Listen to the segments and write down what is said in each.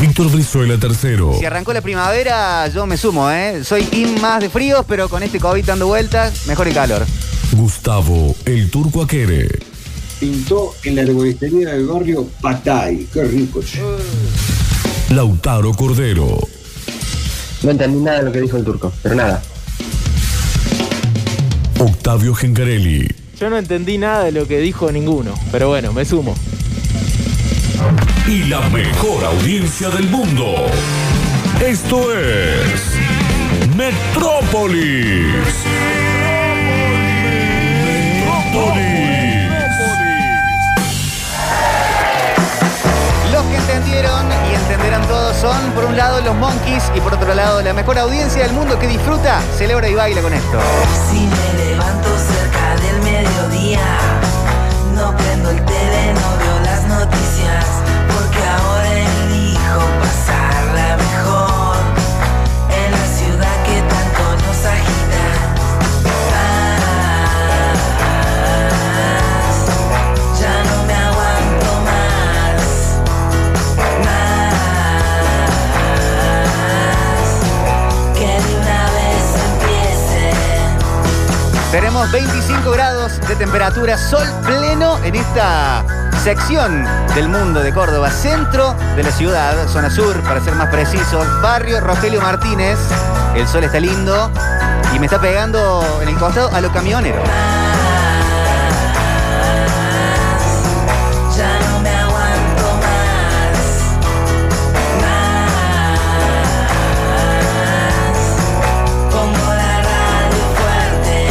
Víctor Brizuela III. Si arrancó la primavera, yo me sumo, ¿eh? Soy team más de fríos, pero con este COVID dando vueltas, mejor el calor. Gustavo, el turco Aquere. pintó en la arbolistería del barrio Patay. Qué rico, che. Lautaro Cordero. No entendí nada de lo que dijo el turco, pero nada. Octavio Gengarelli. Yo no entendí nada de lo que dijo ninguno, pero bueno, me sumo. y la mejor audiencia del mundo. Esto es Metrópolis. Metrópolis. Los que entendieron y entenderán todos son, por un lado, los Monkeys y por otro lado, la mejor audiencia del mundo que disfruta, celebra y baila con esto. Si me levanto cerca del mediodía, no prendo el tele, no veo las noticias, porque ahora elijo pasarla mejor en la ciudad que tanto nos agita. Más, ya no me aguanto más, más, que de una vez empiece. Tenemos 25 grados de temperatura, sol pleno en esta sección del mundo de Córdoba, centro de la ciudad, zona sur, para ser más precisos, barrio Rogelio Martínez. El sol está lindo y me está pegando en el costado a los camioneros. Ya no me aguanto más, más. Pongo la radio fuerte.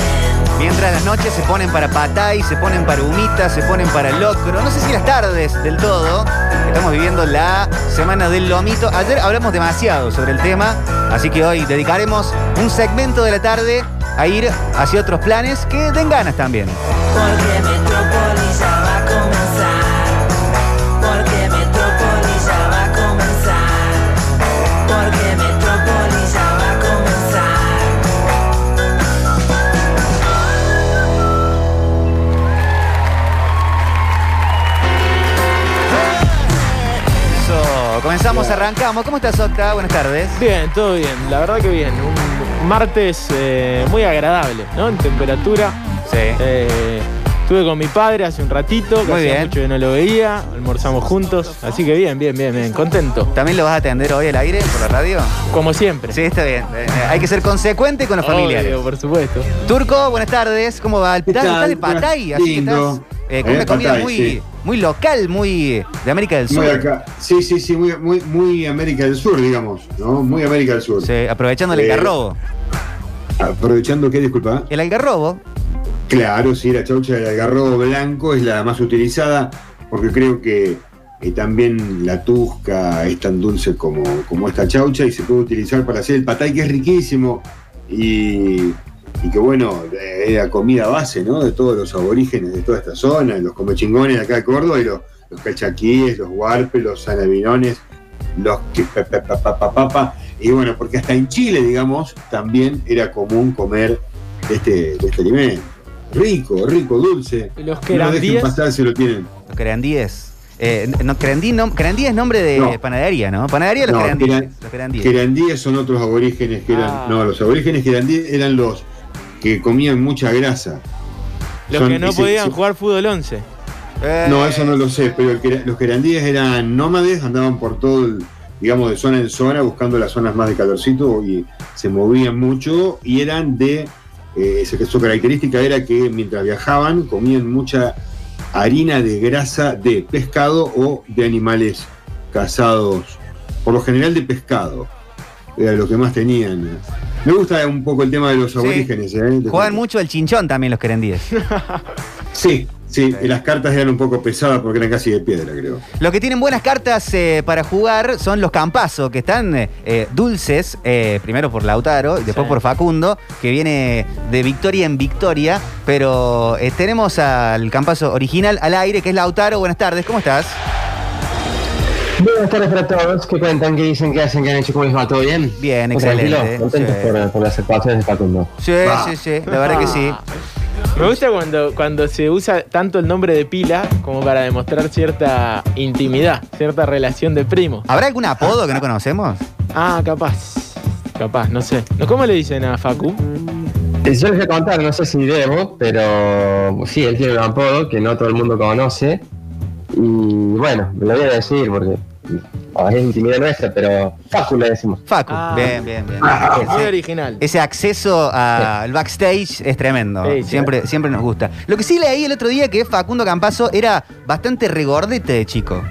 Mientras las noches se ponen para Patay, se ponen para Humita, se ponen para Locro. No sé si las tardes del todo. Estamos viviendo la semana del lomito. Ayer hablamos demasiado sobre el tema, así que hoy dedicaremos un segmento de la tarde a ir hacia otros planes que den ganas también. Porque Metrópolis ya va a comenzar. Porque Metrópolis ya va a comenzar. Porque Metrópolis ya va a comenzar. Eso, comenzamos, arrancamos. ¿Cómo estás, Octa? Buenas tardes. Bien, todo bien, la verdad que bien. Un martes eh, muy agradable, ¿no? En temperatura. Sí. Eh, estuve con mi padre hace un ratito, Muy que hacía bien. mucho que no lo veía, almorzamos juntos, así que bien, bien, bien, bien, contento. ¿También lo vas a atender hoy al aire por la radio? Como siempre. Sí, está bien. Eh, eh, hay que ser consecuente con los familiares. Obvio, por supuesto. Turco, buenas tardes. ¿Cómo va? Estás, tal? estás de Patay, así que estás Lindo. eh, con Eh, una comida Patay, muy, sí. muy local, muy de América del Sur. Muy acá. Sí, sí, sí, muy, muy, muy América del Sur, digamos, ¿no? Muy América del Sur. Sí, aprovechando el Eh. algarrobo. Aprovechando que, disculpa. ¿eh? El algarrobo, Claro, sí, la chaucha del algarrobo blanco es la más utilizada, porque creo que eh, también la tusca es tan dulce como, como esta chaucha y se puede utilizar para hacer el patay, que es riquísimo y, y que, bueno, eh, es la comida base, ¿no? De todos los aborígenes de toda esta zona, los comechingones de acá de Córdoba y los, los cachaquíes, los huarpes, los sanabinones, los que pa, pa, pa, pa, pa, pa, pa. Y bueno, porque hasta en Chile, digamos, también era común comer de este, de este alimento. Rico, rico, dulce. Los que No lo eran dejen 10, pasar si lo tienen. los querandíes. Eh, no, querandí, no- querandí es nombre de No. panadería, ¿no? Panadería los No, querandíes. queran- los querandíes. Gerandíes son otros aborígenes que eran. Ah. No, los aborígenes gerandíes eran los que comían mucha grasa. los Son- que no y se- podían se- jugar fútbol 11. Eh, No, eso no lo sé, pero el que- los gerandíes eran nómades, andaban por todo, el- digamos, de zona en zona, buscando las zonas más de calorcito y se movían mucho y eran de, eh, ese- su característica era que mientras viajaban comían mucha harina de grasa de pescado o de animales cazados, por lo general de pescado, era lo que más tenían Me gusta un poco el tema de los aborígenes. ¿eh? De- Juegan mucho al chinchón también los querendíes. Sí, sí. y las cartas eran un poco pesadas porque eran casi de piedra, creo. Los que tienen buenas cartas eh, para jugar son los campazos, que están eh, eh, dulces, eh, primero por Lautaro y después Sí. por Facundo, que viene de victoria en victoria. Pero eh, tenemos al campazo original al aire, que es Lautaro. Buenas tardes, ¿cómo estás? Buenas tardes para todos. ¿Qué cuentan? ¿Qué dicen? ¿Qué hacen? ¿Qué han hecho? ¿Cómo les va? ¿Todo bien? Bien, ¿Todo excelente. tranquilo? Contentos Sí. por, por las actuaciones de Facundo. Sí, Va. sí, sí, la verdad que sí. Me gusta cuando, cuando se usa tanto el nombre de pila como para demostrar cierta intimidad, cierta relación de primo. ¿Habrá algún apodo que no conocemos? Ah, capaz. Capaz, no sé. ¿No- ¿Cómo le dicen a Facu? Eh, Yo les voy a contar, no sé si debo, pero sí, él tiene un apodo que no todo el mundo conoce. Y bueno, lo voy a decir porque ah, es intimidad nuestra, pero Facu le decimos. Facu. Ah. Bien, bien, bien. Muy Ese- original. Ese acceso a- al backstage es tremendo. Sí, sí. siempre, siempre nos gusta. Lo que sí leí el otro día que Facundo Campazo era bastante regordete de chico.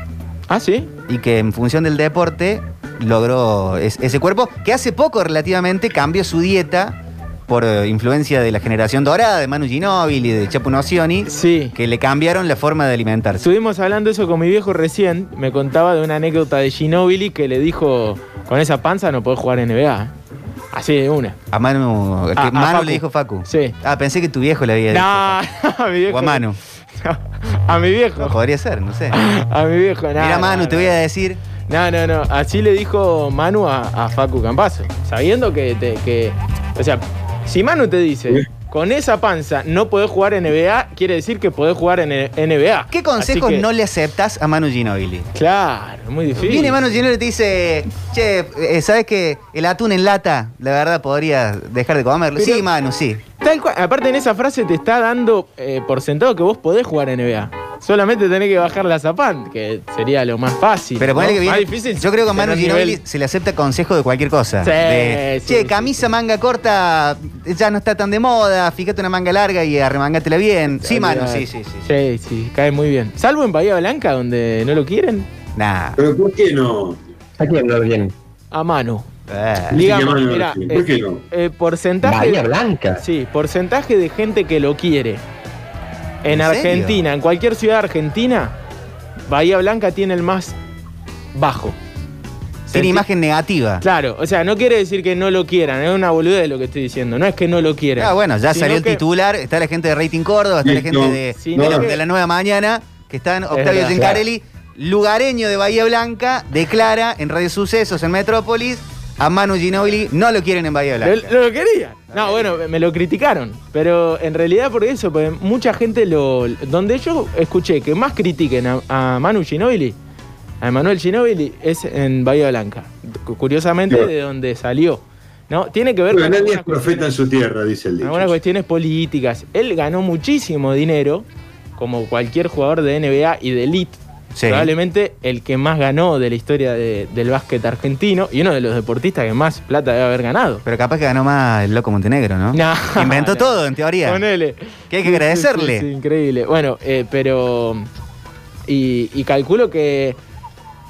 Ah, sí. Y que en función del deporte logró es- ese cuerpo que hace poco relativamente cambió su dieta por eh, influencia de la generación dorada de Manu Ginóbili y de Chapu Nocioni, Sí. que le cambiaron la forma de alimentarse. Estuvimos hablando eso con mi viejo recién. Me contaba de una anécdota de Ginobili que le dijo: Con esa panza no podés jugar NBA. Así de una. A Manu, que Ah, A- a Manu Facu. le dijo Facu. Sí. Ah, pensé que tu viejo le había dicho. No, a mi viejo. O a Manu. A mi No, viejo. podría ser, no sé. A mi viejo, nada. Mira, Manu, te voy a decir. No, no, no. Así le dijo Manu a, a Facu Campazo. Sabiendo que, te- que- O sea, si Manu te dice, con esa panza no podés jugar NBA, quiere decir que podés jugar en el NBA. ¿Qué consejos Así que- no le aceptas a Manu Ginobili? Claro, es muy difícil. Viene Manu Ginobili y te dice, che, eh, ¿sabes que el atún en lata, la verdad, podría dejar de comerlo? Pero- sí, Manu, sí. Tal cual. Aparte, en esa frase te está dando eh, por sentado que vos podés jugar NBA. Solamente tenés que bajar la zapán, que sería lo más fácil. Pero ponele ¿no? que viene. Más difícil. yo creo que a Manu tener Ginobili nivel- se le acepta consejo de cualquier cosa. Sí, De, sí, che, sí, camisa manga corta ya no está tan de moda, fíjate una manga larga y arremangátela bien. Sí, Manu, sí, sí, sí. sí. Sí, sí, cae muy bien. Salvo en Bahía Blanca, donde no lo quieren. Nah. Pero ¿por qué no? ¿A quién no vienen? A Manu. eh. Digamos, Manu, mira, sí. ¿Por qué no? porcentaje. Bahía Blanca. Sí, porcentaje de gente que lo quiere. En, ¿En Argentina, serio? en cualquier ciudad argentina, Bahía Blanca tiene el más bajo. Tiene Senti- imagen negativa. Claro, o sea, no quiere decir que no lo quieran, es una boludez lo que estoy diciendo, no es que no lo quieran. Ah, bueno, ya Sino salió el que- titular, está la gente de Rating Córdoba, está la Listo. gente de, Sí, de no, la, no. de la Nueva Mañana, que están Octavio verdad. Gencarelli, lugareño de Bahía Blanca, declara en Radio Sucesos en Metrópolis a Manu Ginobili, no lo quieren en Bahía Blanca. Lo, lo quería. No, bueno, me lo criticaron. Pero en realidad por eso, porque mucha gente lo. Donde yo escuché que más critiquen a, a Manu Ginobili, a Emanuel Ginobili, es en Bahía Blanca. Cu- Curiosamente, Claro. de donde salió. ¿No? Tiene que ver Bueno, nadie es algunas profeta en su tierra, dice el cuestiones- algunas dicho. cuestiones políticas. Él ganó muchísimo dinero, como cualquier jugador de NBA y de elite. Sí. Probablemente el que más ganó de la historia de- del básquet argentino y uno de los deportistas que más plata debe haber ganado. Pero capaz que ganó más el loco Montenegro, ¿no? No, Inventó no. todo, en teoría. Ponele. Que hay que agradecerle. Sí, sí, sí, increíble. Bueno, eh, pero. Y, y calculo que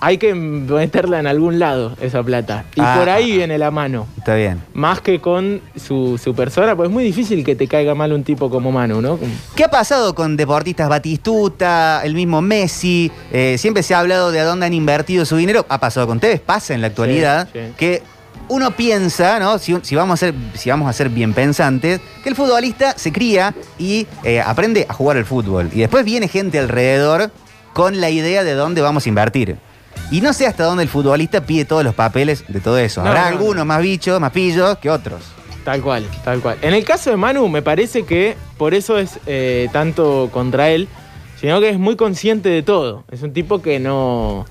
hay que meterla en algún lado, esa plata. Y Ah. por ahí viene la mano. Está bien. Más que con su, su persona, pues es muy difícil que te caiga mal un tipo como Manu, ¿no? ¿Qué ha pasado con deportistas Batistuta, el mismo Messi? Eh, siempre se ha hablado de a dónde han invertido su dinero. Ha pasado con Tevez, pasa en la actualidad, sí. que uno piensa, ¿no? Si, si vamos a ser, si vamos a ser bien pensantes, que el futbolista se cría y eh, aprende a jugar al fútbol. Y después viene gente alrededor con la idea de dónde vamos a invertir. Y no sé hasta dónde el futbolista pide todos los papeles de todo eso. No, Habrá no, no. algunos más bichos, más pillos que otros. Tal cual, tal cual. En el caso de Manu, me parece que por eso es eh, tanto contra él, sino que es muy consciente de todo. Es un tipo que no,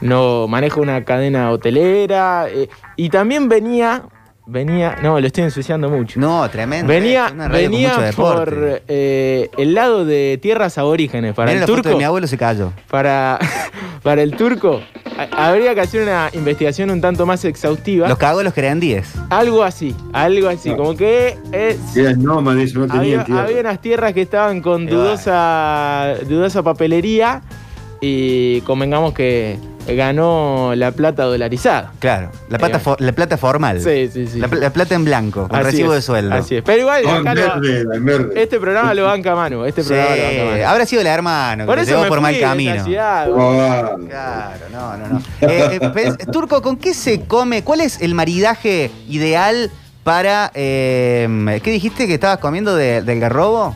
no maneja una cadena hotelera. eh, y también venía, venía, no, lo estoy ensuciando mucho. No, tremendo. venía Es una radio con mucho venía deporte. por eh, el lado de tierras aborígenes. Para Mirá el la foto turco, de mi abuelo se cayó. para, para el turco, ha- habría que hacer una investigación un tanto más exhaustiva. Los cagó los querendíes. Algo así, algo así, como que es Eran nómades, no tenían había, tierra. había unas tierras que estaban con Y bueno. dudosa, dudosa papelería y convengamos que ganó la plata dolarizada. Claro, la plata, Digamos. fo- la plata formal. Sí, sí, sí. La, pl- la plata en blanco, con Así recibo es, de sueldo. Así es. Pero igual, No, en acá lo- Ah, verde, en verde. este programa lo banca Manu. Este Sí, programa lo banca Manu. habrá sido el hermano, que Por te eso llevó me por fui mal de esta camino. ciudad, boludo. Ah, Claro, no, no, no. Eh, eh, pens- Turco, ¿con qué se come? ¿Cuál es el maridaje ideal para. eh, ¿Qué dijiste que estabas comiendo de- del garrobo?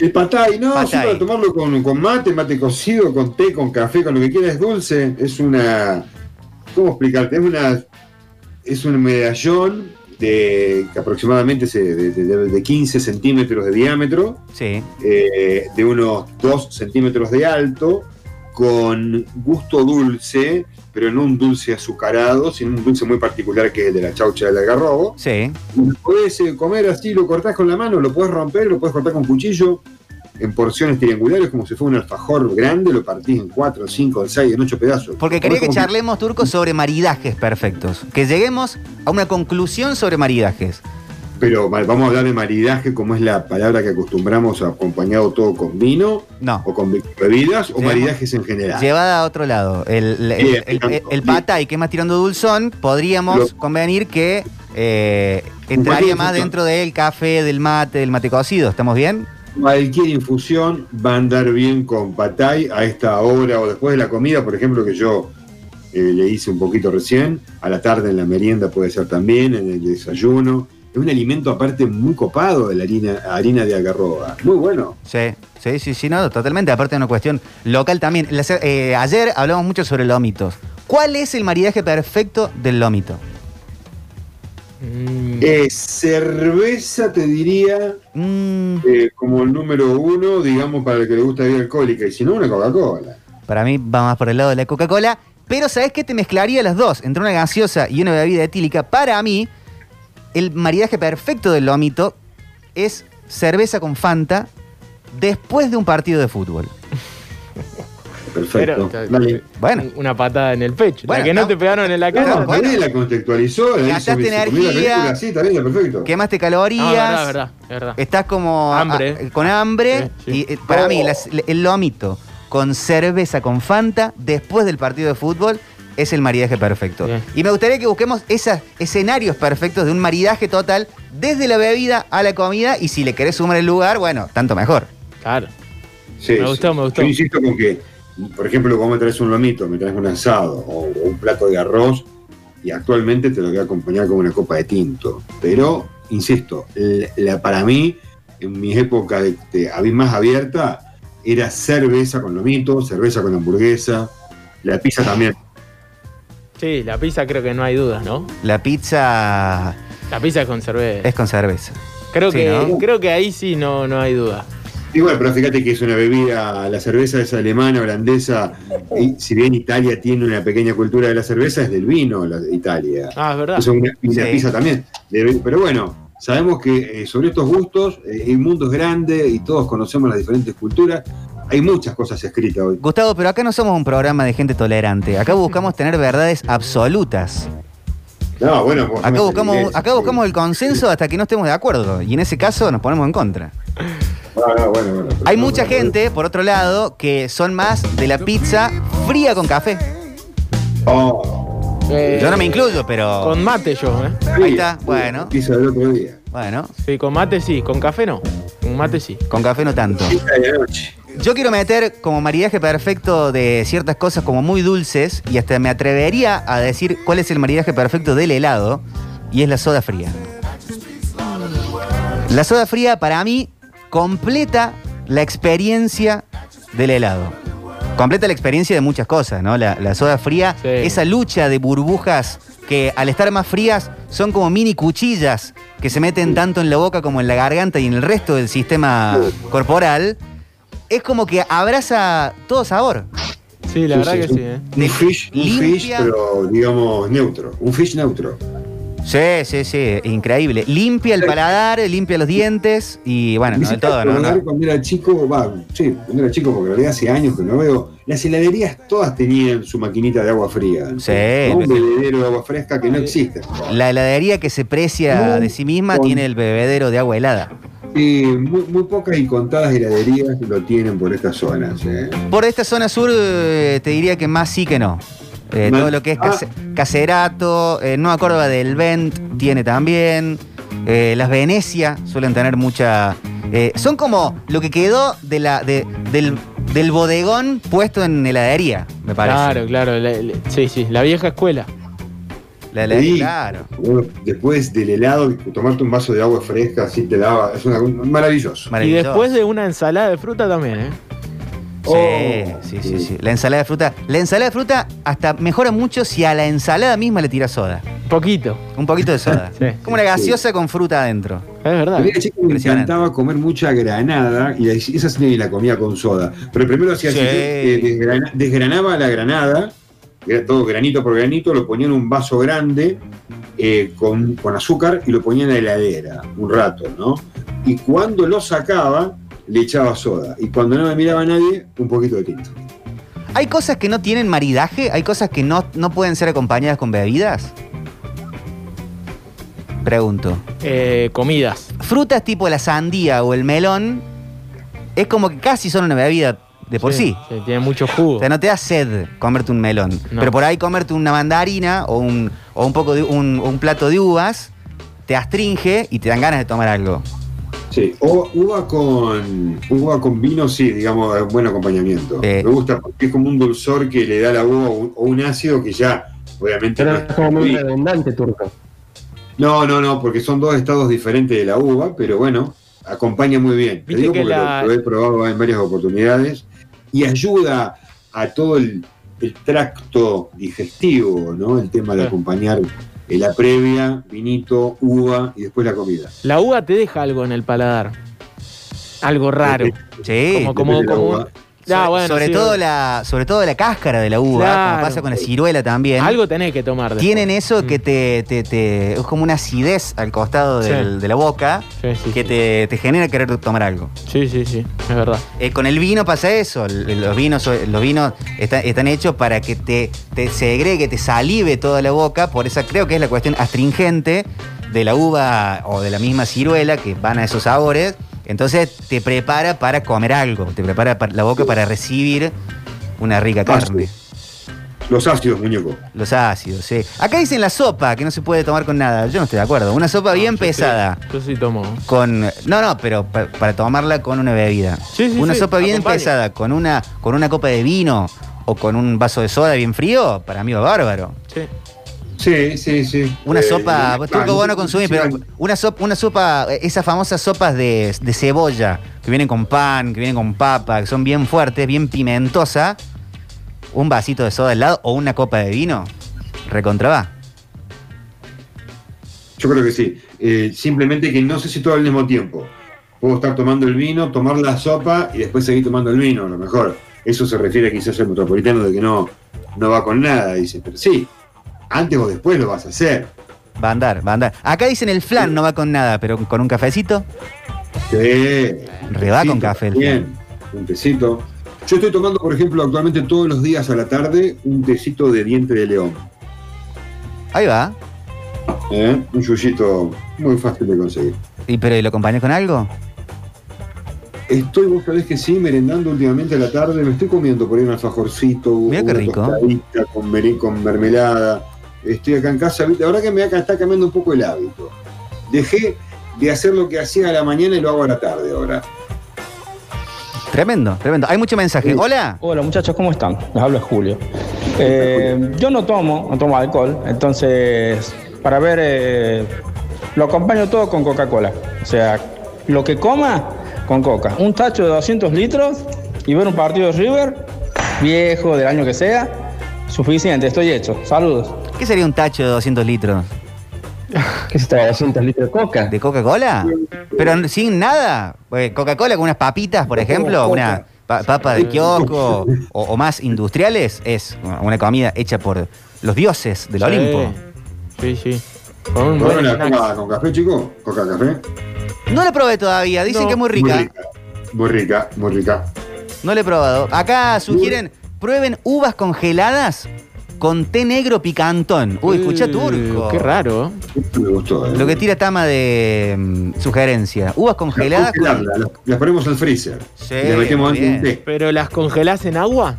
el patay, no, sí, Patay. para tomarlo con, con mate, mate cocido, con té, con café, con lo que quieras dulce. Es una. ¿Cómo explicarte? Es una. Es un medallón de que aproximadamente se- de, de- de 15 centímetros de diámetro. Sí. eh, de unos 2 centímetros de alto, con gusto dulce, pero no un dulce azucarado, sino un dulce muy particular que es el de la chaucha del algarrobo. Sí. Y Lo podés eh, comer así, lo cortás con la mano, lo podés romper, lo podés cortar con cuchillo, en porciones triangulares, como si fuera un alfajor grande, lo partís en 4, 5, 6, en 8 pedazos. Porque quería que Comés como- charlemos, Turco, sobre maridajes perfectos. Que lleguemos a una conclusión sobre maridajes. Pero vale, vamos a hablar de maridaje, como es la palabra que acostumbramos a acompañado todo con vino, No. o con bebidas, o Llevamos- maridajes en general. Llevada a otro lado. El, el, Sí, el- el- explicando. el patay, que es más tirando dulzón, podríamos Lo- convenir que eh, entraría Varios más gustos. dentro del café, del mate, del mate cocido. ¿Estamos bien? Cualquier infusión va a andar bien con patay a esta hora o después de la comida, por ejemplo, que yo eh, le hice un poquito recién, a la tarde en la merienda puede ser también, en el desayuno. Es un alimento aparte muy copado de la harina, harina de algarroba. Muy bueno. Sí, sí, sí, sí, no, totalmente. Aparte de una cuestión local también. La se- eh, ayer hablamos mucho sobre lomitos. ¿Cuál es el maridaje perfecto del lomito? Mm, Eh, cerveza te diría Mm, eh, como el número uno, digamos, para el que le gusta la vida alcohólica, y si no, una Coca-Cola. para mí va más por el lado de la Coca-Cola. Pero ¿sabes qué? Te mezclaría las dos, entre una gaseosa y una bebida etílica. Para mí, el maridaje perfecto del lomito es cerveza con Fanta después de un partido de fútbol. pero- Perfecto. Dale. Bueno. Una patada en el pecho. Bueno, la que no, no. te pegaron en la No, cara. bueno. también la contextualizó, la hizo Gastaste mi- se comió la energía. película, sí, también está perfecto. Quemaste No, calorías. es verdad, es verdad, es verdad. Estás como Hambre. ah, con hambre. Sí, sí. Y eh, para Oh. mí, las- el lomito con cerveza, con Fanta, después del partido de fútbol, es el maridaje perfecto. Bien. Y me gustaría que busquemos esos escenarios perfectos de un maridaje total, desde la bebida a la comida. Y si le querés sumar el lugar, bueno, tanto mejor. Claro. Sí, Me sí. gustó, me gustó. Yo insisto con que, por ejemplo, vos me traes un lomito, me traes un asado o, o un plato de arroz y actualmente te lo voy a acompañar con una copa de tinto. Pero, insisto, la- la- para mí, en mis épocas de, de abi- más abierta, era cerveza con lomito, cerveza con hamburguesa, la pizza también. Sí, la pizza creo que no hay dudas, ¿no? La pizza La pizza es con cerveza. es con cerveza. creo, sí, que, ¿no? creo que ahí sí no, no hay duda. Y bueno, pero fíjate que es una bebida, la cerveza es alemana, holandesa, y si bien Italia tiene una pequeña cultura de la cerveza, es del vino la, Italia. Ah, es verdad. Eso es una, y la Sí. pizza también. Debe- Pero bueno, sabemos que eh, sobre estos gustos, eh, el mundo es grande y todos conocemos las diferentes culturas. Hay muchas cosas escritas hoy. Gustavo, pero acá no somos un programa de gente tolerante. Acá buscamos tener verdades absolutas. No, bueno, vos Acá no buscamos, entendés. acá buscamos el consenso hasta que no estemos de acuerdo. Y en ese caso nos ponemos en contra. Ah, no, bueno, bueno, pero Hay no, mucha no, no. gente, por otro lado, que son más de la pizza fría con café. Oh, Eh, Yo no me incluyo, pero. Con mate yo, ¿eh? Ahí sí, está, sí, bueno. Pizza del otro día. Bueno, Sí, con mate sí, con café no. Con mate sí. con café no tanto. Pizza de la noche. Yo quiero meter como maridaje perfecto de ciertas cosas como muy dulces y hasta me atrevería a decir cuál es el maridaje perfecto del helado y es la soda fría. La soda fría para mí completa la experiencia del helado. Completa la experiencia de muchas cosas, ¿no? La, la soda fría, Sí. esa lucha de burbujas que al estar más frías son como mini cuchillas que se meten tanto en la boca como en la garganta y en el resto del sistema corporal, es como que abraza todo sabor. Sí, la Sí, verdad sí, que sí. sí, ¿eh? Un fish, un fish, limpia. pero digamos neutro. Un fish neutro. Sí, sí, sí, increíble. Limpia el paladar, limpia los dientes y bueno, no, del Visité todo, el ¿no? lugar No. Cuando era chico, va, sí, cuando era chico, porque en realidad hace años que no veo, las heladerías todas tenían su maquinita de agua fría. Sí, Un pero- bebedero de agua fresca que no existe. La heladería que se precia de sí misma tiene el bebedero de agua helada. Sí, muy, muy pocas y contadas heladerías lo tienen por estas zonas. eh. Por esta zona sur eh, te diría que más sí que no. eh, Mal- todo lo que es Ah. case- Caserato, eh, Nueva Córdoba del Vent tiene también, eh, las Venecia suelen tener mucha... eh, son como lo que quedó de la, de- del, del bodegón puesto en heladería, me parece. Claro, claro. la- la- sí, sí, la vieja escuela. La heladería, Sí. claro. Bueno, Después del helado, tomarte un vaso de agua fresca, así te lava, es una, maravilloso. Y Maravilloso. después de una ensalada de fruta también, ¿eh? Sí, Oh. sí, sí, sí. La ensalada de fruta. La ensalada de fruta hasta mejora mucho si a la ensalada misma le tiras soda. Poquito. Un poquito de soda. Sí. Como una gaseosa con fruta adentro. Es verdad. ¿eh? A mí la chica me Impresionante. encantaba comer mucha granada y la- esa sí nadie la comía con soda. Pero primero hacía Sí. así, eh, desgrana- desgranaba la granada, era todo granito por granito, lo ponía en un vaso grande eh, con, con azúcar y lo ponía en la heladera un rato, ¿no? Y cuando lo sacaba, le echaba soda. Y cuando no me miraba nadie, un poquito de tinto. ¿Hay cosas que no tienen maridaje? ¿Hay cosas que no, no pueden ser acompañadas con bebidas? Pregunto. Eh, comidas. Frutas tipo la sandía o el melón es como que casi son una bebida de por sí. tiene mucho O jugo. sea, no te da sed comerte un melón. No. Pero por ahí comerte una mandarina o un, o un poco de un, un plato de uvas te astringe y te dan ganas de tomar algo. Sí, o uva con uva con vino, sí, digamos, es buen acompañamiento. Sí. Me gusta porque es como un dulzor que le da la uva o un, o un ácido que ya, obviamente. Pero no es es como muy muy- redundante, turco. No, no, no, porque son dos estados diferentes de la uva, pero bueno, acompaña muy bien. Te Viste digo que porque lo- la- lo, he probado en varias oportunidades y ayuda a todo el, el tracto digestivo, ¿no? El tema de Sí. acompañar eh, la previa, vinito, uva y después la comida. La uva te deja algo en el paladar. Algo raro. Sí. Depende de Como- como- la como- uva. Ah, sobre, bueno, sobre sí, todo bueno. la, sobre todo la cáscara de la uva, como Claro. pasa con la ciruela también. Algo tenés que tomar. después. Tienen eso que Mm. te, te- te- es como una acidez al costado Sí. del- de la boca Sí, sí, que sí. te, te genera querer tomar algo. sí, sí, sí, es verdad. Eh, con el vino pasa eso. l- Los vinos, los vinos está- están hechos para que te, te segregue, te salive toda la boca. Por esa creo que es la cuestión astringente de la uva o de la misma ciruela que van a esos sabores. Entonces te prepara para comer algo. Te prepara pa- la boca para recibir una rica carne. Los ácidos, muñeco. Los ácidos, sí. Acá dicen la sopa, que no se puede tomar con nada. Yo no estoy de acuerdo. Una sopa bien Yo sí- pesada. Yo sí tomo. ¿eh? Con. No, no, pero pa- para tomarla con una bebida. Sí, sí, una sí, sopa bien acompaña. pesada, con una, con una copa de vino o con un vaso de soda bien frío, para mí va bárbaro. Sí. Sí, sí, sí. Una Eh, sopa, vos turco, pan, vos no consumís, pero pan. una sopa, una sopa, eh, esas famosas sopas de, de cebolla, que vienen con pan, que vienen con papa, que son bien fuertes, bien pimentosa, un vasito de soda al lado o una copa de vino, recontra va. Yo creo que sí. Eh, simplemente que no sé si todo al mismo tiempo. Puedo estar tomando el vino, tomar la sopa y después seguir tomando el vino, a lo mejor. Eso se refiere quizás al metropolitano de que no, no va con nada, dice. Pero sí, antes o después lo vas a hacer. Va a andar, va a andar. Acá dicen el flan no va con nada, pero con un cafecito. Sí. Re va con Tecito café el también, Un tecito. Yo estoy tomando, por ejemplo, actualmente todos los días a la tarde un tecito de diente de león. Ahí va. ¿eh? Un yuyito muy fácil de conseguir. ¿Y pero ¿y lo acompañas con algo? Estoy, vos sabés que sí, merendando últimamente a la tarde. Me estoy comiendo por ahí un alfajorcito, Mirá qué una rico. tostadita con, mere- con mermelada. Estoy acá en casa. La verdad que me acá está cambiando un poco el hábito. Dejé de hacer lo que hacía a la mañana y lo hago a la tarde ahora. Tremendo, tremendo. Hay mucho mensaje. Sí. Hola. Hola muchachos, ¿cómo están? Les hablo Julio. Eh, yo no tomo, no tomo alcohol, entonces para ver, eh, lo acompaño todo con Coca-Cola. O sea, lo que coma, con Coca. Un tacho de 200 litros y ver un partido de River, viejo, del año que sea, suficiente, estoy hecho. Saludos. ¿Qué sería un tacho de 200 litros? ¿Qué se trae? 200 litros de coca. ¿De Coca-Cola? Pero n- sin nada. Pues, Coca-Cola con unas papitas, por ejemplo, una pa- papa de kiosco o, o más industriales, es una- una comida hecha por los dioses del Sí. Olimpo. Sí, sí. Con un ¿Tomaron buen la snack. coca con café, chico? ¿Coca café? No la probé todavía, dicen No. que es muy Muy rica. rica. Muy rica, muy rica. No la he probado. Acá sugieren, prueben uvas congeladas con té negro picantón. Uy, escucha Eh, turco. Qué raro. ¿eh? Esto me gustó. ¿eh? Lo que tira Tama de mm, sugerencia. Uvas Las congeladas. con- congeladas, las, las ponemos al freezer. Sí, Y las metemos muy antes un bien. té. Pero las congelás en agua.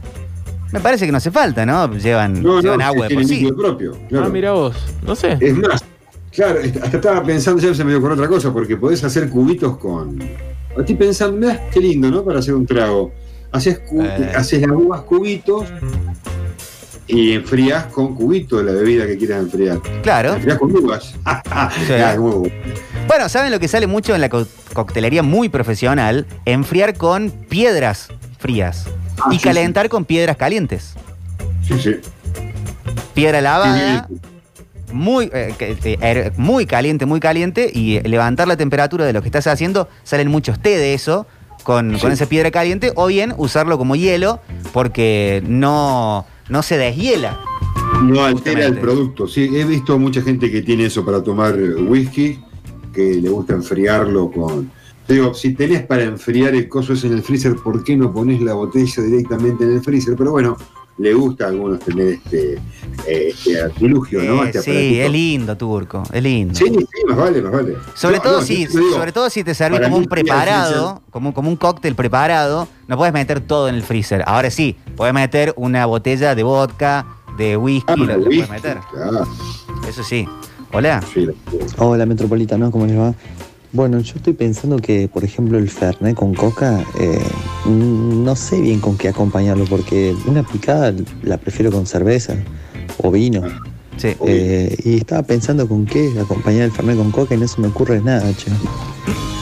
Me parece que no hace falta, ¿no? Llevan, No, llevan no, agua de tiene por sí. líquido propio. claro. Ah, mira vos. No sé. Es más, claro, est- hasta estaba pensando, ya se me dio con otra cosa, porque podés hacer cubitos con. Estoy pensando, mirá, qué lindo, ¿no? Para hacer un trago. Haces, cu- Eh. haces las uvas cubitos y enfrías con cubitos la bebida que quieras enfriar. Claro. Enfriás con uvas. Ah, es muy bueno. Bueno, ¿saben lo que sale mucho en la co- coctelería muy profesional? Enfriar con piedras frías. Ah, y sí, calentar con piedras calientes. Sí, sí. Piedra lavada, Sí, muy, eh, que- que- er- muy caliente, muy caliente, y eh, levantar la temperatura de lo que estás haciendo, salen muchos té de eso, con, con Sí. esa piedra caliente, o bien usarlo como hielo, porque no, no se deshiela. No altera el Justamente. producto. Sí, he visto mucha gente que tiene eso para tomar whisky, que le gusta enfriarlo con. Digo, si tenés para enfriar el coso ese en el freezer, ¿por qué no ponés la botella directamente en el freezer? Pero bueno, le gusta a algunos tener este, eh, este artilugio, ¿no? Eh, Este sí, es aparatito. lindo, turco, es lindo. Sí, sí, más vale, más vale. Sobre, No, todo no, si, yo te digo, sobre todo si te servís para como un mí, sí, al preparado, como, como un cóctel preparado, no puedes meter todo en el freezer. Ahora sí, puedes meter una botella de vodka, de whisky, ah, lo, lo whisky, puedes meter. claro, Eso sí. Hola. sí, la- Hola Metropolitano, ¿cómo les va? Bueno, yo estoy pensando que, por ejemplo, el Fernet con coca, eh, mm, no sé bien con qué acompañarlo, porque una picada la prefiero con cerveza o vino. Ah, Sí. Eh, y estaba pensando con qué acompañar el Fernet con coca y no se me ocurre nada, che.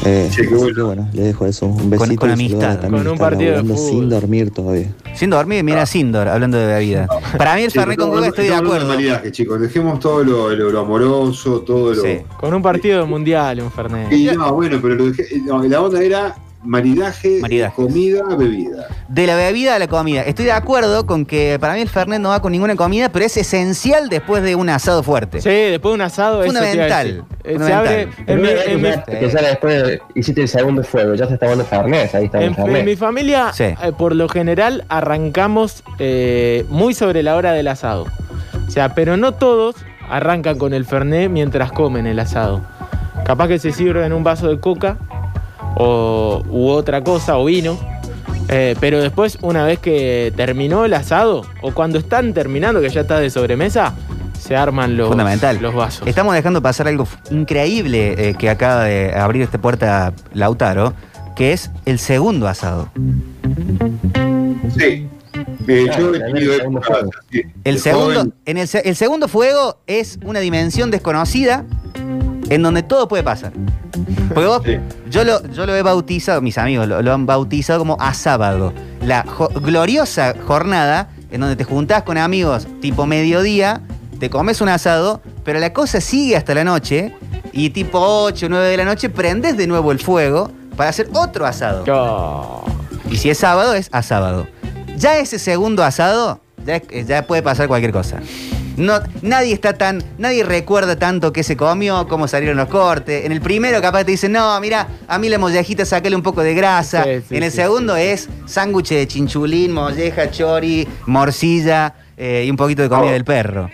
Eh, Che, qué así que bueno. bueno, les dejo eso. Un besito. con y saludos a amistad, Tamil, con que un está partido de laburando fútbol. sin dormir todavía. Sin dormir, mira Sindor hablando de bebida. Para mí el Ah. Sí, Fernet con no, coca no, estoy de no, no, acuerdo. normalidaje, chicos, dejemos todo lo, lo- lo amoroso, todo lo. Sí. Con un partido mundial, un Fernet. Y no, bueno, pero lo dejé- no, la onda era maridaje, Maridaje. comida, bebida. De la bebida a la comida. Estoy de acuerdo con que para mí el Fernet no va con ninguna comida, pero es esencial después de un asado fuerte. Sí, después de un asado eso te iba a Fundamental, decir. Eh, Se fundamental. abre. En mi, en mi- Que ya después hiciste el segundo fuego, ya te está dando Fernet, ahí está en- el en mi Fernet. familia, Sí. eh, por lo general, arrancamos eh, muy sobre la hora del asado. O sea, pero no todos arrancan con el Fernet mientras comen el asado. Capaz que se sirven un vaso de coca o, u otra cosa, o vino. Eh, pero después, una vez que terminó el asado, o cuando están terminando, que ya está de sobremesa, se arman los, Fundamental. los vasos. Estamos dejando pasar algo f- increíble eh, que acaba de abrir esta puerta Lautaro, que es el segundo asado. Sí. Eh, Claro, yo he la tenido verdad, el épocas segundo así, El de segundo, joven. en el, se- el segundo fuego es una dimensión desconocida en donde todo puede pasar. Porque vos- Sí. yo, lo, yo lo he bautizado, mis amigos lo, lo han bautizado como a sábado. La jo- gloriosa jornada en donde te juntás con amigos tipo mediodía, te comes un asado, pero la cosa sigue hasta la noche y tipo 8 o 9 de la noche prendes de nuevo el fuego para hacer otro asado. Oh. Y si es sábado, es a sábado. Ya ese segundo asado, ya, es- ya puede pasar cualquier cosa. No, nadie está tan, nadie recuerda tanto qué se comió, cómo salieron los cortes. En el primero capaz te dicen, no, mira, a mí la mollejita sacale un poco de grasa. Sí, sí, en el sí, segundo es sándwich de chinchulín, molleja, chori, morcilla eh, y un poquito de comida Oh. del perro.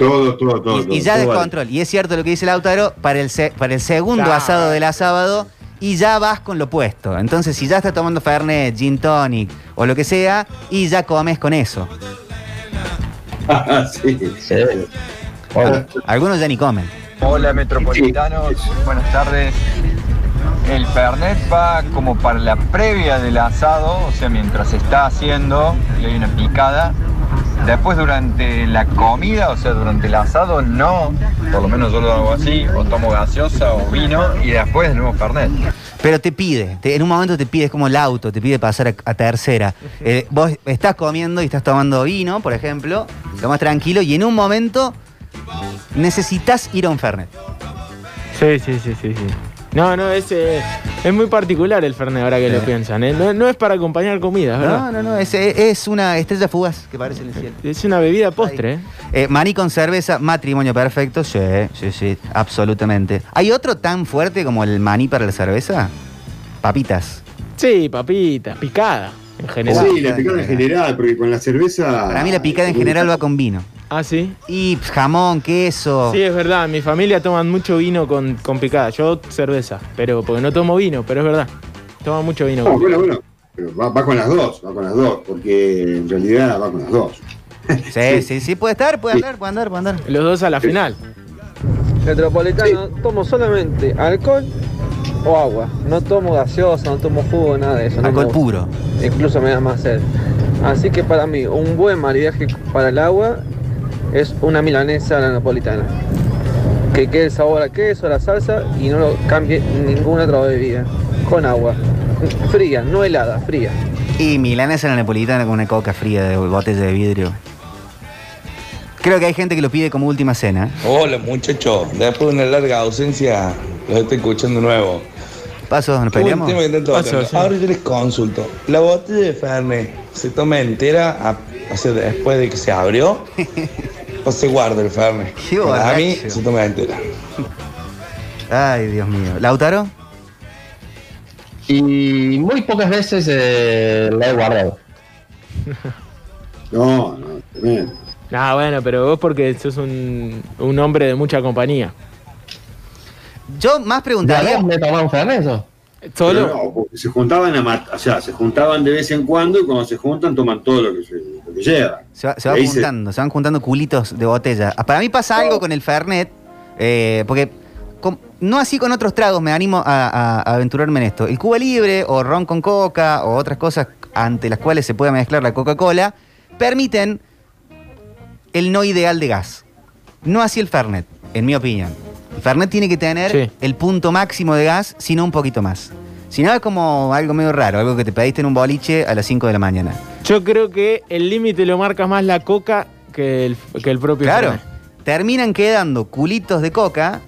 Todo, todo, todo. Y, y ya todo, todo descontrol. Y es cierto lo que dice Lautaro, para el, se- para el segundo Claro. asado de la sábado y ya vas con lo puesto. Entonces, si ya estás tomando Fernet, Gin Tonic o lo que sea, y ya comes con eso. vale. Ah, sí. Sí. Bueno, Algunos ya ni comen. Hola metropolitanos, buenas tardes. El Fernet va como para la previa del asado, o sea, mientras se está haciendo y hay una picada. Después durante la comida, o sea, durante el asado, no. Por lo menos yo lo hago así, o tomo gaseosa o vino y después de nuevo Fernet. Pero te pide, te- en un momento te pide, es como el auto, te pide pasar a, a tercera. Eh, vos estás comiendo y estás tomando vino, por ejemplo, lo más tranquilo, y en un momento necesitas ir a un Fernet. Sí, sí, sí, sí, sí. No, no, es, eh, es muy particular el Fernet ahora que Sí. lo piensan. ¿eh? No, no es para acompañar comida, es ¿verdad? No, no, no, es, es una estrella fugaz que parece en el cielo. Es una bebida postre. ¿eh? Eh, maní con cerveza, matrimonio perfecto, sí, sí, sí, absolutamente. ¿Hay otro tan fuerte como el maní para la cerveza? Papitas. Sí, papitas, picada en general. Sí, la picada en general, porque con la cerveza. Para mí la picada en general va con vino. Ah, sí. Y pf, jamón, queso. Sí, es verdad. Mi familia toman mucho vino con, con picada. Yo cerveza, pero porque no tomo vino, pero es verdad. Toman mucho vino. No, con Oh. bueno, bueno. Pero va, va con las dos, va con las dos, porque en realidad va con las dos. Sí, sí, sí, puede estar, puede Sí. andar, puede andar, puede andar. Los dos a la final. Metropolitano, tomo solamente alcohol o agua. No tomo gaseosa, no tomo jugo, nada de eso. no Alcohol me puro. gusta. Incluso me da más sed. Así que para mí, un buen maridaje para el agua es una milanesa a la napolitana. Que quede el sabor a queso, a la salsa y no lo cambie ninguna otra bebida. Con agua. Fría, no helada, fría. Y milanesa en la napolitana con una coca fría de botella de vidrio. Creo que hay gente que lo pide como última cena. Hola muchachos, después de una larga ausencia los estoy escuchando nuevo. Paso, nos Hubo un peleamos. tema que tanto Pasa, bacano. sí. Ahora yo les consulto. La botella de Fernet se toma entera a- o sea, después de que se abrió o se guarda el Fernet. Qué Para mí borracho. se toma entera. Ay, Dios mío. ¿Lautaro? Y muy pocas veces eh, la he guardado. No, no, tremendo. Ah, bueno, pero vos porque sos un, un hombre de mucha compañía. Yo más ¿De preguntaría. verdad me he tomado un fernet eso? Solo. Pero no, porque se juntaban a mat- o sea, se juntaban de vez en cuando y cuando se juntan toman todo lo que, se, lo que llevan. Se va, se va Ahí se- juntando, se van juntando culitos de botella. Ah, Para mí pasa algo con el Fernet, eh, porque con- no así con otros tragos, me animo a, a- a aventurarme en esto. El Cuba Libre o ron con coca o otras cosas ante las cuales se pueda mezclar la Coca-Cola, permiten el no ideal de gas. No así el Fernet, en mi opinión. El Fernet tiene que tener Sí. el punto máximo de gas, sino un poquito más. Si no, es como algo medio raro, algo que te pediste en un boliche a las 5 de la mañana. Yo creo que el límite lo marca más la coca que el, que el propio. Claro. Fernet. Terminan quedando culitos de coca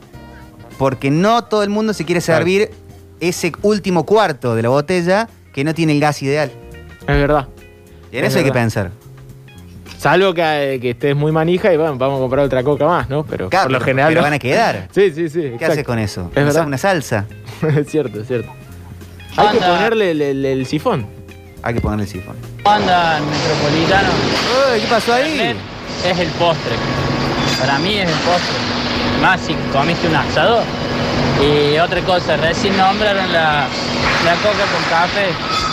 porque no todo el mundo se quiere Claro. servir ese último cuarto de la botella que no tiene el gas ideal. Es verdad. Y en Es eso hay que verdad. pensar. Salvo que, que estés muy manija y bueno, vamos a comprar otra coca más, ¿no? Pero Claro, por lo pero- general. pero no. van a quedar. Sí, sí, sí. ¿Qué exacto. haces con eso? Es ¿Usás verdad. una salsa? es cierto, es cierto. Hay que ponerle el, el- el sifón. Hay que ponerle el sifón. Banda metropolitano, Uy, ¿Qué pasó ahí? es el postre. Para mí es el postre. Más si comiste un asado. Y otra cosa, recién nombraron la, la coca con café.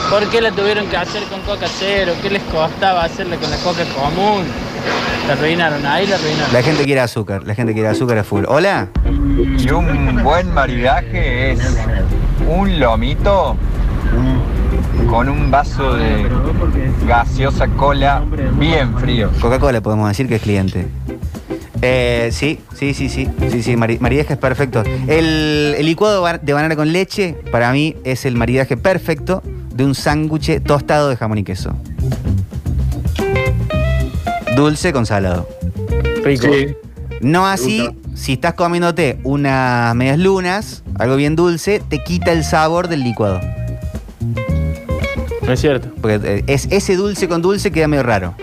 ¿Por qué la tuvieron que hacer con coca cero? ¿Qué les costaba hacerla con la coca común? La arruinaron, ahí la arruinaron. La gente quiere azúcar, la gente quiere azúcar a full. Hola. Y un buen maridaje es un lomito con un vaso de gaseosa cola bien frío. Coca-Cola podemos decir que es cliente. Eh, sí, sí, sí, sí, sí, sí, mari- maridaje es perfecto. El, el licuado ba- de banana con leche, para mí, es el maridaje perfecto de un sándwich tostado de jamón y queso. Dulce con salado. Rico. No así, si estás comiéndote unas medias lunas, algo bien dulce, te quita el sabor del licuado. No es cierto. Porque eh, es ese dulce con dulce queda medio raro.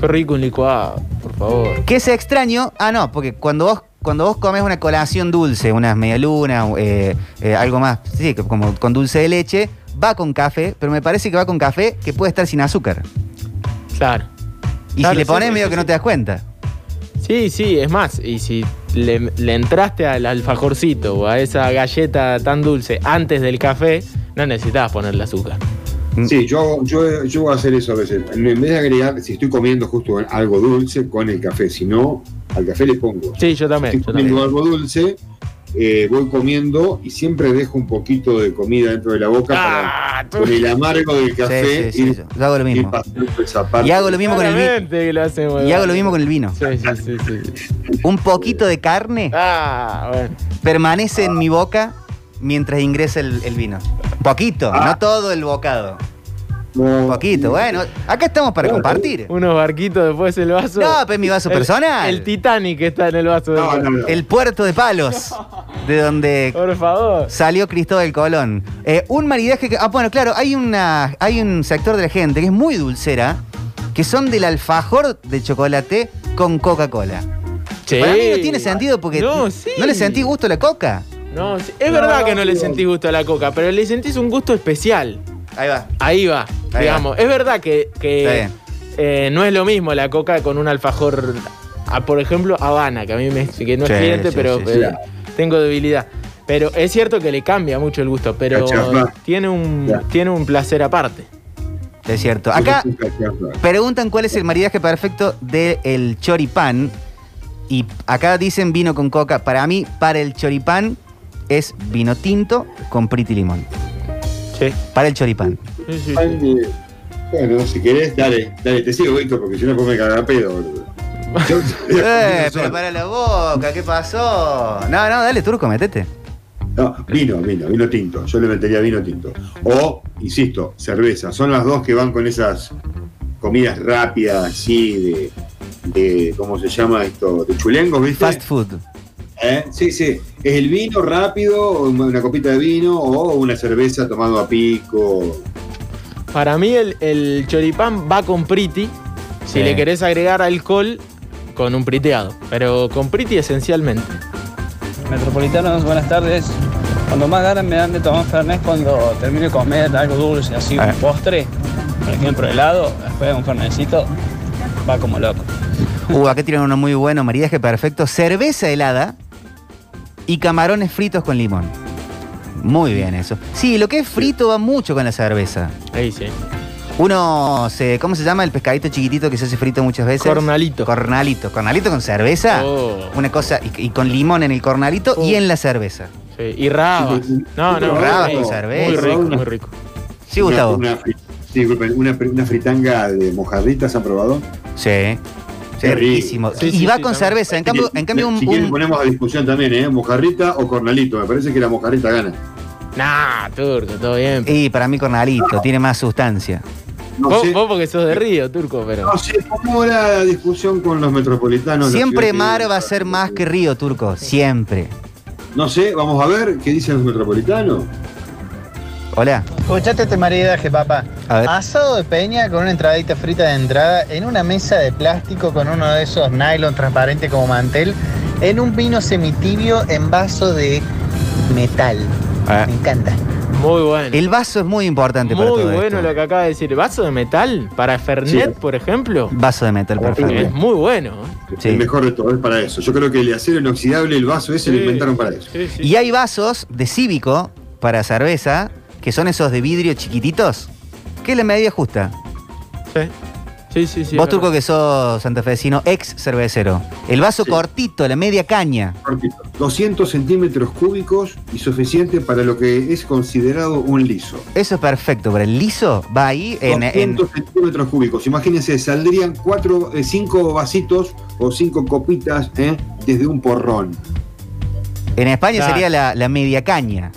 Qué rico un licuado, por favor. ¿Qué es extraño? Ah, no, porque cuando vos, cuando vos comes una colación dulce, unas medialunas, eh, eh, algo más, sí, como con dulce de leche, va con café, pero me parece que va con café que puede estar sin azúcar. Claro. Y Claro, si le sí, pones sí, medio sí, que no sí. te das cuenta. Sí, sí, es más, y si le, le entraste al alfajorcito o a esa galleta tan dulce antes del café, no necesitabas ponerle azúcar. Mm. Sí, yo, hago- yo, yo voy a hacer eso a veces. En vez de agregar, si estoy comiendo justo algo dulce con el café, si no, al café le pongo. Sí, yo también. Estoy Yo también. comiendo algo dulce, eh, voy comiendo y siempre dejo un poquito de comida dentro de la boca Ah, para con el amargo del café sí, sí, ir- sí, yo hago lo ir mismo. pasando esa parte. Y hago lo mismo con el vino. Claramente que lo hacemos, Y hago lo mismo con el vino. Sí, sí, sí, sí. Un poquito de carne Ah, bueno. permanece en mi boca mientras ingresa el, el vino. Poquito, Ah. no todo el bocado. No, Poquito, bueno. Acá estamos para compartir. Unos barquitos después el vaso. No, pues mi vaso El- personal. El, Titanic está en el vaso. no, del- no, no. El puerto de palos, de donde Por favor. Salió Cristóbal Colón. Eh, un maridaje que. Ah, bueno, claro, hay, una, hay un sector de la gente que es muy dulcera, que son del alfajor de chocolate con Coca-Cola. Sí. Para mí no tiene sentido porque No, sí. no le sentí gusto a la coca. No, sí. es verdad que no le sentís gusto a la coca, pero le sentís un gusto especial. Ahí va. Ahí va, Ahí digamos. Es verdad que, que, Está bien. eh, no es lo mismo la coca con un alfajor, ah, por ejemplo, Habana, que a mí me, que no es Sí, cliente, sí, pero sí, eh, sí. tengo debilidad. Pero es cierto que le cambia mucho el gusto, pero Cachafa. tiene un, Ya. tiene un placer aparte. Es cierto. Acá preguntan cuál es el maridaje perfecto del choripán. Y acá dicen vino con coca. Para mí, para el choripán es vino tinto con priti limón. Sí. Para el choripán. Ay, bien. Bueno, si querés, dale, dale, te sigo, Víctor, porque si no, pues me cagar pedo, boludo. Yo- Eh, pero para la boca, ¿qué pasó? No, no, dale, turco, metete. No, vino, vino, vino tinto. Yo le metería vino tinto. O, insisto, cerveza. Son las dos que van con esas comidas rápidas, así, de, de ¿cómo se llama esto? De chulengos, ¿viste? Fast food. Sí, sí. Es el vino rápido, una copita de vino o una cerveza tomando a pico. Para mí el, el choripán va con priti. Si Sí. le querés agregar alcohol, con un priteado. Pero con priti esencialmente. Metropolitanos, buenas tardes. Cuando más ganas me dan de tomar Fernet cuando termino de comer algo dulce, así un postre, por ejemplo helado, después un Fernetcito, va como loco. Uh, acá tiran uno muy bueno, maridaje perfecto. Cerveza helada y camarones fritos con limón. Muy bien eso. Sí, lo que es frito va mucho con la cerveza. Ahí sí. Uno, se, ¿cómo se llama? El pescadito chiquitito que se hace frito muchas veces. Cornalito. Oh. Cornalito. Cornalito con cerveza. Oh. Una cosa, y, y con limón en el cornalito y en la cerveza. Sí, Y rabas. No, no. Rabas muy- con Muy cerveza. rico, muy rico. Sí, Gustavo. Una, una fri- sí, disculpen, una, fri- una fritanga de mojarritas, ¿han probado? Sí. Qué rico. riquísimo. y va con cerveza. En cambio, en cambio un, Si quieren un- ponemos a discusión también, ¿eh? Mojarrita o cornalito. Me parece que la mojarrita gana. Nah, turco, todo bien. Y para mí cornalito, tiene más sustancia. No vos, sé. vos porque sos de Río, turco, pero. No sé, ¿cómo era la discusión con los metropolitanos? Siempre más mar va a ser más que río, turco. Siempre. No sé, vamos a ver qué dicen los metropolitanos. Hola. Escuchate este maridaje, papá. A ver. Asado de peña con una entradita frita de entrada en una mesa de plástico con uno de esos nylon transparente como mantel en un vino semitibio en vaso de metal. Ah. Ah. Me encanta. Muy bueno. El vaso es muy importante para Muy todo bueno esto. lo que acaba de decir. ¿Vaso de metal? Para Fernet, por ejemplo. Vaso de metal, Es perfecto. muy bueno. ¿eh? Sí. El mejor de todo es para eso. Yo creo que el acero inoxidable, el vaso ese, lo inventaron para eso. Y hay vasos de cívico para cerveza, que son esos de vidrio chiquititos, que es la medida justa. Sí, sí, sí. Vos, es turco, verdad. que sos santafesino, ex cervecero. El vaso cortito, la media caña. Cortito. 200 centímetros cúbicos y suficiente para lo que es considerado un liso. Eso es perfecto, para el liso va ahí en, en- 200 centímetros cúbicos. Imagínense, saldrían cuatro, eh, cinco vasitos o cinco copitas ¿eh? desde un porrón. en España Claro. sería la, la media caña.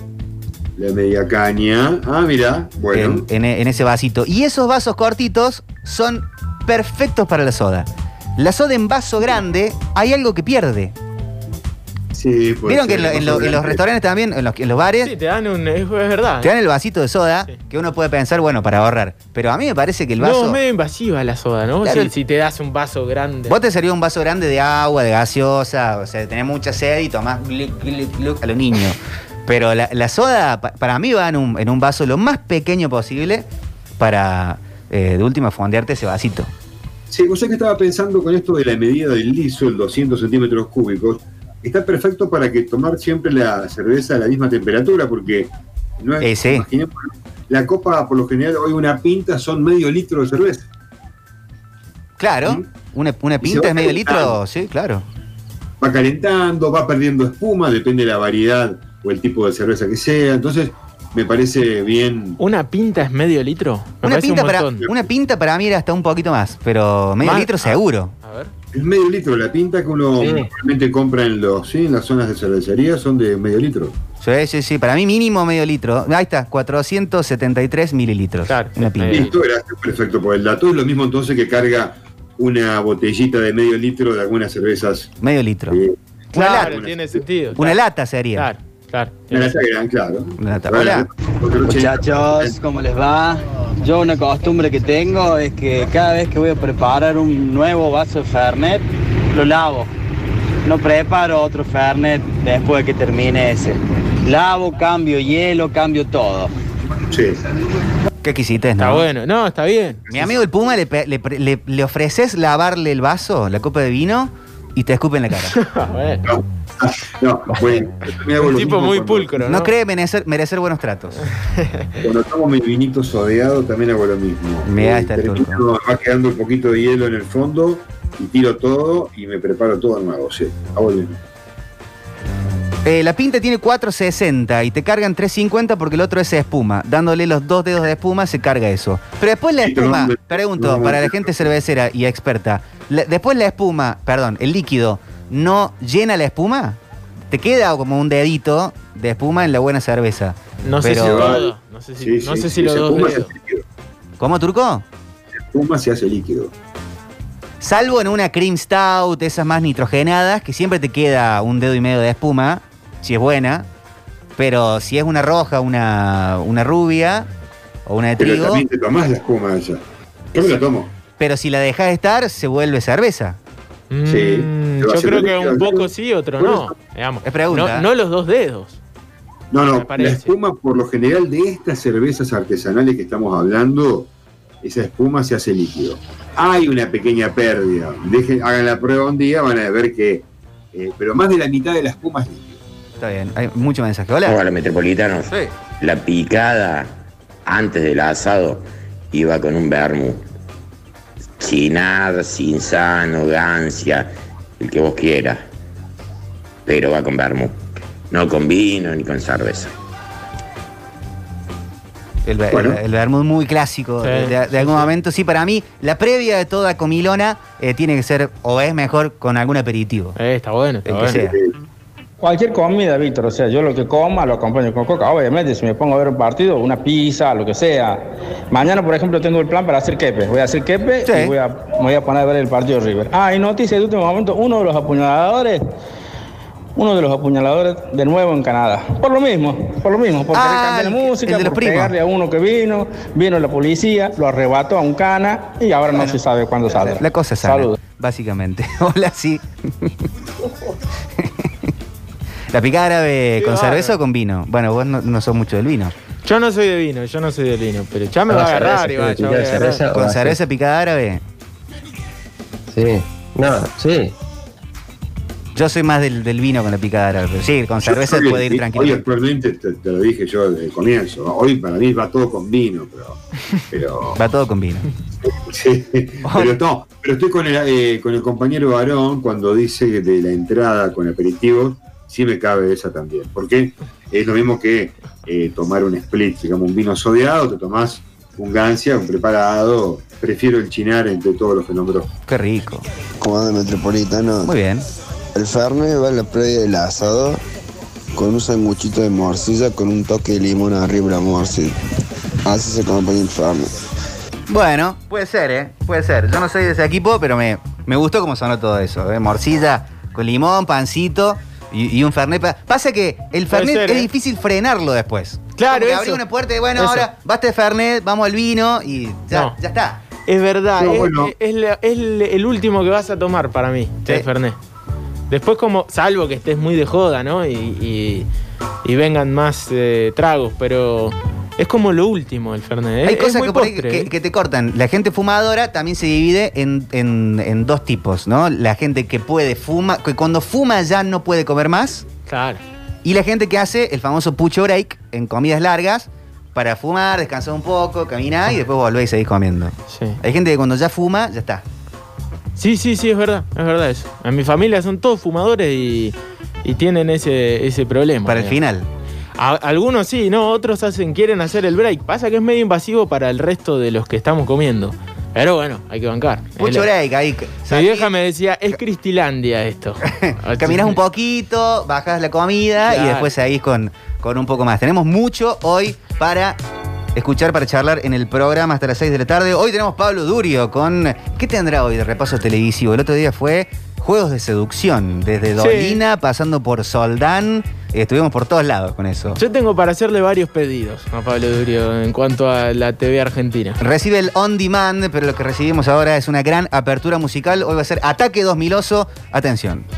La media caña. Ah, mira, bueno. En, en- en ese vasito. Y esos vasos cortitos son perfectos para la soda. La soda en vaso grande hay algo que pierde. Sí, puede Vieron ser, que en, lo- más en lo- en los adelante. restaurantes también, en los, en los bares, Sí, te dan un. Es es verdad. Te dan el vasito de soda que uno puede pensar, bueno, para ahorrar. Pero a mí me parece que el vaso. No, es medio invasiva la soda, ¿no? Claro. Si, si te das un vaso grande. Vos te servís un vaso grande de agua, de gaseosa, o sea, tenés mucha sed y tomás gluc, gluc, gluc a los niños. Pero la, la soda, pa- para mí, va en un, en un vaso lo más pequeño posible para, eh, de última, fondearte ese vasito. Sí, vos sabés que estaba pensando con esto de la medida del liso, el 200 centímetros cúbicos. Está perfecto para que tomar siempre la cerveza a la misma temperatura, porque no es. imaginemos, la copa, por lo general, hoy una pinta son medio litro de cerveza. Claro, una, una Y se va pinta es medio litro, calentando. sí, claro. Va calentando, va perdiendo espuma, depende de la variedad o el tipo de cerveza que sea. Entonces, me parece bien. ¿Una pinta es medio litro? Me Una parece pinta, un para, montón. una pinta para mí era hasta un poquito más, pero medio Más- litro seguro. Es medio litro, la pinta que uno Sí. normalmente compra en los, sí, en las zonas de cervecería son de medio litro. Sí, sí, sí, para mí mínimo medio litro. Ahí está, 473 mililitros. una pinta. Listo, gracias, perfecto por el dato. Es lo mismo entonces que carga una botellita de medio litro de algunas cervezas. Eh, Medio litro. Claro, una lata. tiene sentido. Una lata sería. Claro, claro. Una lata gran, claro. Una lata. Hola. Muchachos, ¿cómo les va? Yo una costumbre que tengo es que cada vez que voy a preparar un nuevo vaso de Fernet, lo lavo. No preparo otro Fernet después de que termine ese. Lavo, cambio hielo, cambio todo. Sí. ¿Qué quisiste? Está bueno. No, está bien. Mi amigo el Puma le, pe- le pre- le- le ofreces lavarle el vaso, la copa de vino, y te escupe en la cara. no, Ah, no, bueno. me hago lo mismo cuando- No cree merecer, merecer buenos tratos. Cuando tomo mi vinito sodeado también hago lo mismo. Mirá, Eh, está el termino, Va quedando un poquito de hielo en el fondo y tiro todo y me preparo todo de nuevo. Sí, hago lo mismo. Eh, la pinta tiene 460 y te cargan 350 porque el otro es espuma. Dándole los dos dedos de espuma se carga eso. Pero después la Sí, pero espuma, no me- pregunto, no me- para la gente cervecera y experta, la- después la espuma, perdón, el líquido, ¿no llena la espuma? ¿Te queda como un dedito de espuma en la buena cerveza? No sé si Pero- todo, no sé si, Sí, no sí, sé sí, si los se dos fuma, se dedos. ¿Cómo, Turco? Espuma se hace líquido. Salvo en una cream stout, esas más nitrogenadas, que siempre te queda un dedo y medio de espuma, si es buena. Pero si es una roja, una, una rubia o una de Pero trigo. también te tomás la espuma esa. Yo me la tomo. Pero si la dejas estar, se vuelve cerveza. Sí. Mm, Yo creo que un poco sí, otro no. Digamos, Es pregunta. ¿eh? No, no los dos dedos. No, Me no, la parece. espuma por lo general de estas cervezas artesanales que estamos hablando, esa espuma se hace líquido. Hay una pequeña pérdida. Dejen, hagan la prueba un día, van a ver que. eh, pero más de la mitad de la espuma es líquida. Está bien, hay mucho mensaje. Hola. Hola, metropolitanos. La picada antes del asado iba con un vermú. Chinar, sinsano, gancia, el que vos quieras. Pero va con vermú. No con vino ni con cerveza. El, ver- Bueno. el, el vermut muy clásico. Sí, de, de- de algún momento, sí, para mí, la previa de toda comilona eh, tiene que ser, o es mejor, con algún aperitivo. Eh, está bueno, está sea. Cualquier comida, Víctor, o sea, yo lo que coma lo acompaño con coca. Obviamente, si me pongo a ver un partido, una pizza, lo que sea. Mañana, por ejemplo, tengo el plan para hacer quepe. Voy a hacer quepe y voy a, me voy a poner a ver el partido de River. Ah, y noticia de último momento, uno de los apuñaladores, uno de los apuñaladores de nuevo en Canadá. Por lo mismo, por lo mismo, por querer Ah, cambiar la música, por pegarle a uno que vino, vino la policía, lo arrebató a un cana y ahora no se sabe cuándo saldrá. La cosa es sana, básicamente. Hola, sí. ¿La picada árabe con bárbaro. cerveza o con vino? Bueno, vos no, no sos mucho del vino. Yo no soy de vino, yo no soy de vino, pero ya me No, va a cerveza, agarrar, Iván. sí, ya voy a cerveza, agarrar. ¿Con cerveza picada árabe? Sí. No, sí. Yo soy más del, del vino con la picada árabe, pero sí, con Yo cerveza creo que puede hoy- ir Hoy tranquilo. actualmente, te, te lo dije yo desde el comienzo, ¿no? hoy para mí va todo con vino, pero... pero Va todo con vino. Sí, pero no, pero estoy con el, eh, con el compañero Varón cuando dice que de la entrada con aperitivos, sí me cabe esa también, porque es lo mismo que eh, tomar un split, digamos, un vino sodeado, te tomás un gancia, un preparado, prefiero el chinar entre todos los que nombró. Qué rico. Como anda metropolitano. Muy bien. El Fernet va a la previa del asado con un sanguchito de morcilla con un toque de limón arriba de la morcilla. Así se acompaña el Fernet. Bueno, puede ser, ¿eh? Puede ser. Yo no soy de ese equipo, pero me, me gustó cómo sonó todo eso. ¿eh? Morcilla con limón, pancito y, y un Fernet. Pa- Pasa que el Puede Fernet ser, es ¿eh? difícil frenarlo después. Claro, Como que eso. abrí una puerta y bueno, Eso. ahora basta de Fernet, vamos al vino y ya, No. ya está. Es verdad, No, es, bueno. es- es la- es el- el último que vas a tomar para mí, el Fernet. Después, como, salvo que estés muy de joda, ¿no? Y, y- y vengan más eh, tragos, pero es como lo último el Fernet. Es- Hay es cosas muy que, por ahí postre, que- ¿eh? que te cortan. La gente fumadora también se divide en, en- en dos tipos, ¿no? La gente que puede fuma, que cuando fuma ya no puede comer más. Claro. Y la gente que hace el famoso pucho break en comidas largas para fumar, descansar un poco, caminar y después volver y seguir comiendo. Hay gente que cuando ya fuma, ya está. Sí, sí, sí, es verdad, es verdad eso. En mi familia son todos fumadores y, y tienen ese, ese problema. Para el final. A- algunos sí, no, otros hacen, quieren hacer el break. Pasa que es medio invasivo para el resto de los que estamos comiendo. Pero bueno, hay que bancar. Pucho Es la- break, ahí. Mi vieja me decía, es Cristilandia esto. Caminas un poquito, bajas la comida y Ah, Claro. después seguís con, con un poco más. Tenemos mucho hoy para escuchar, para charlar en el programa hasta las 6 de la tarde. Hoy tenemos Pablo Durio con. ¿Qué tendrá hoy de repaso televisivo? El otro día fue Juegos de Seducción, desde Sí. Dolina, pasando por Soldán. Estuvimos por todos lados con eso. Yo tengo para hacerle varios pedidos a Pablo Durio en cuanto a la TV argentina. Recibe el on demand, pero lo que recibimos ahora es una gran apertura musical. Hoy va a ser Ataque 2000 Oso. Atención.